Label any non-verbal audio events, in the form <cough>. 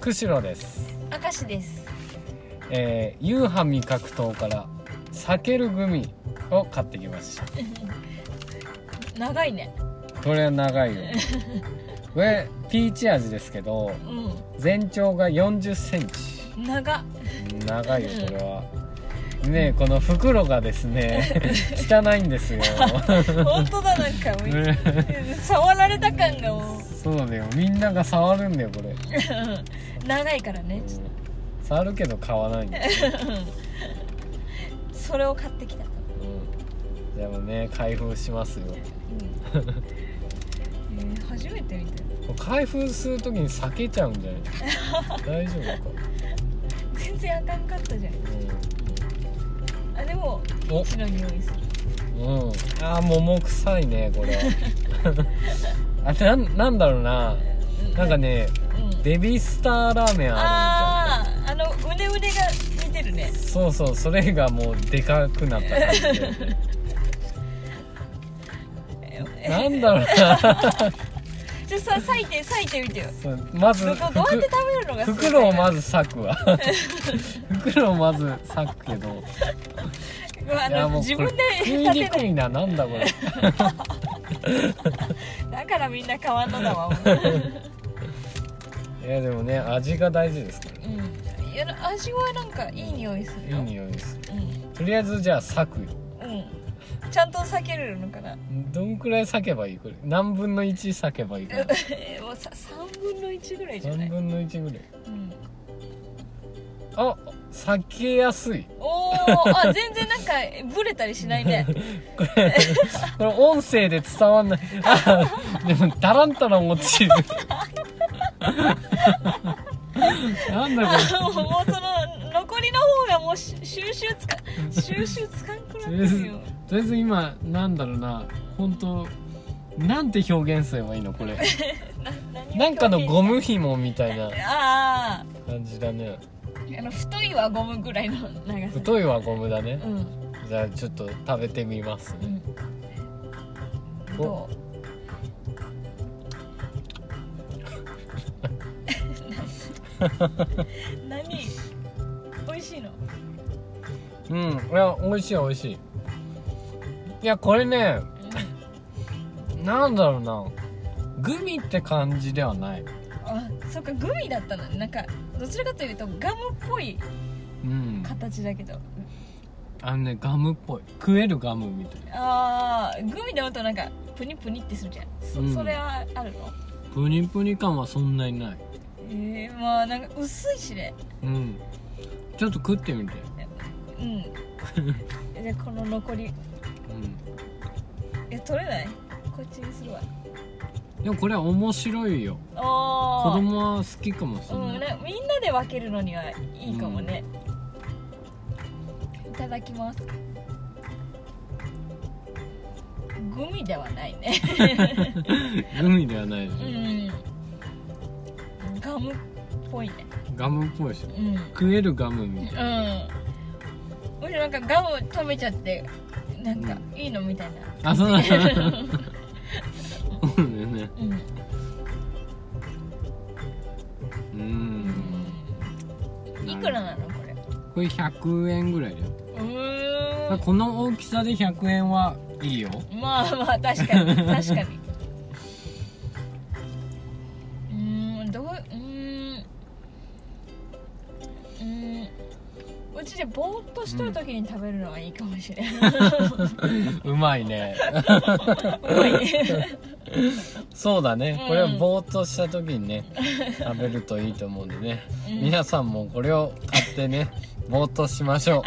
釧路です、明石ですえー、夕飯味覚糖から避けるグミを買ってきました長いねこれは長いよこれピーチ味ですけどう全長が4 0センチん長っ長いよこれはねえこの袋がですね汚いんですよ本当だなんかもう、ね触られた感がもうそうだよみんなが触るんだよこれ長いからね触るけど買わないんだよ、それを買ってきた、ううん、でもね開封しますよん <laughs> えー初めて見た開封するときに避けちゃうんじゃない大丈夫か、全然あかんかったじゃんあでもうん、お一の匂いするうん、あー桃臭いね <laughs> これあなんなんだろうななんかねうんベビースターラーメンああああの腕腕が似てるねるじゃんそうそうそれがもうでかくなった感じだよ <laughs> ねなんだろうなちょっとさ裂いて裂いてみてよそうまずどこどうやって食べるのがふすくごい袋をまず裂く <laughs> わ袋をまず裂くけどうわあいやのもう自こ分れで食い立にてくないいななんだこ <laughs> れだからみんな変わんのだわ <laughs> もういやでもね味が大事ですからねうんいや味はなんかいい匂いするいよい匂いですうんとりあえずじゃあ裂くようんちゃんと避けれるのかなどんくらい裂けばいいこれ何分の1裂けばいいかなえもうさ3分の1ぐらいじゃな何い、分の1ぐらいうん、あ裂けやすいおーあ全然なんかブレたりしないねこれ音声で伝わんないあでもタランタラン落ちる <laughs> なんだこれあもうもうその残りの方がもうし収集つか収集つかんくなってるよとりあえず今なんだろうな本当なんて表現すればいいのこれ <laughs> 何をなんかの表現ゴム紐みたいなあ感じだねーあの太いはゴムぐらいの長さ太いはゴムだねうんじゃあちょっと食べてみますうねんどう <laughs> 何美味しいのうんいや美味しい美味しいいやこれねなんだろうなグミって感じではないあそっかグミだったのねなんかどちらかというとガムっぽいうん形だけどあのねガムっぽい食えるガムみたいあーグミだとなんかプニプニってするじゃんそ,、うんそれはあるのプニプニ感はそんなにないえー、まあなんか薄いしねうんちょっと食ってみてう <laughs> んじゃあこの残りうんえ取れないこっちにするわでもこれは面白いよあ子あ供は好きかもしうれない、ん、なみんなで分けるのにはいいかもね、いただきますグミではないねグミではないでしうょ、んガムっぽいねガムっぽいでしょうんうん食えるガムみたいな、むしろなんかガム食べちゃってなんかいいのみたいなあそうな <laughs> んだそうだよねうん、うーんいくらなのこれこれ100円ぐらいだようーんこの大きさで100円はいいよまあまあ確かに確かにうーんどううーんうーんうちでぼーっとしとる時に食べるのはいいかもしれない、うまいねうまいねそうだねうんこれをぼーっとした時にね食べるといいと思うんでねうん皆さんもこれを買ってねぼーっとしましょう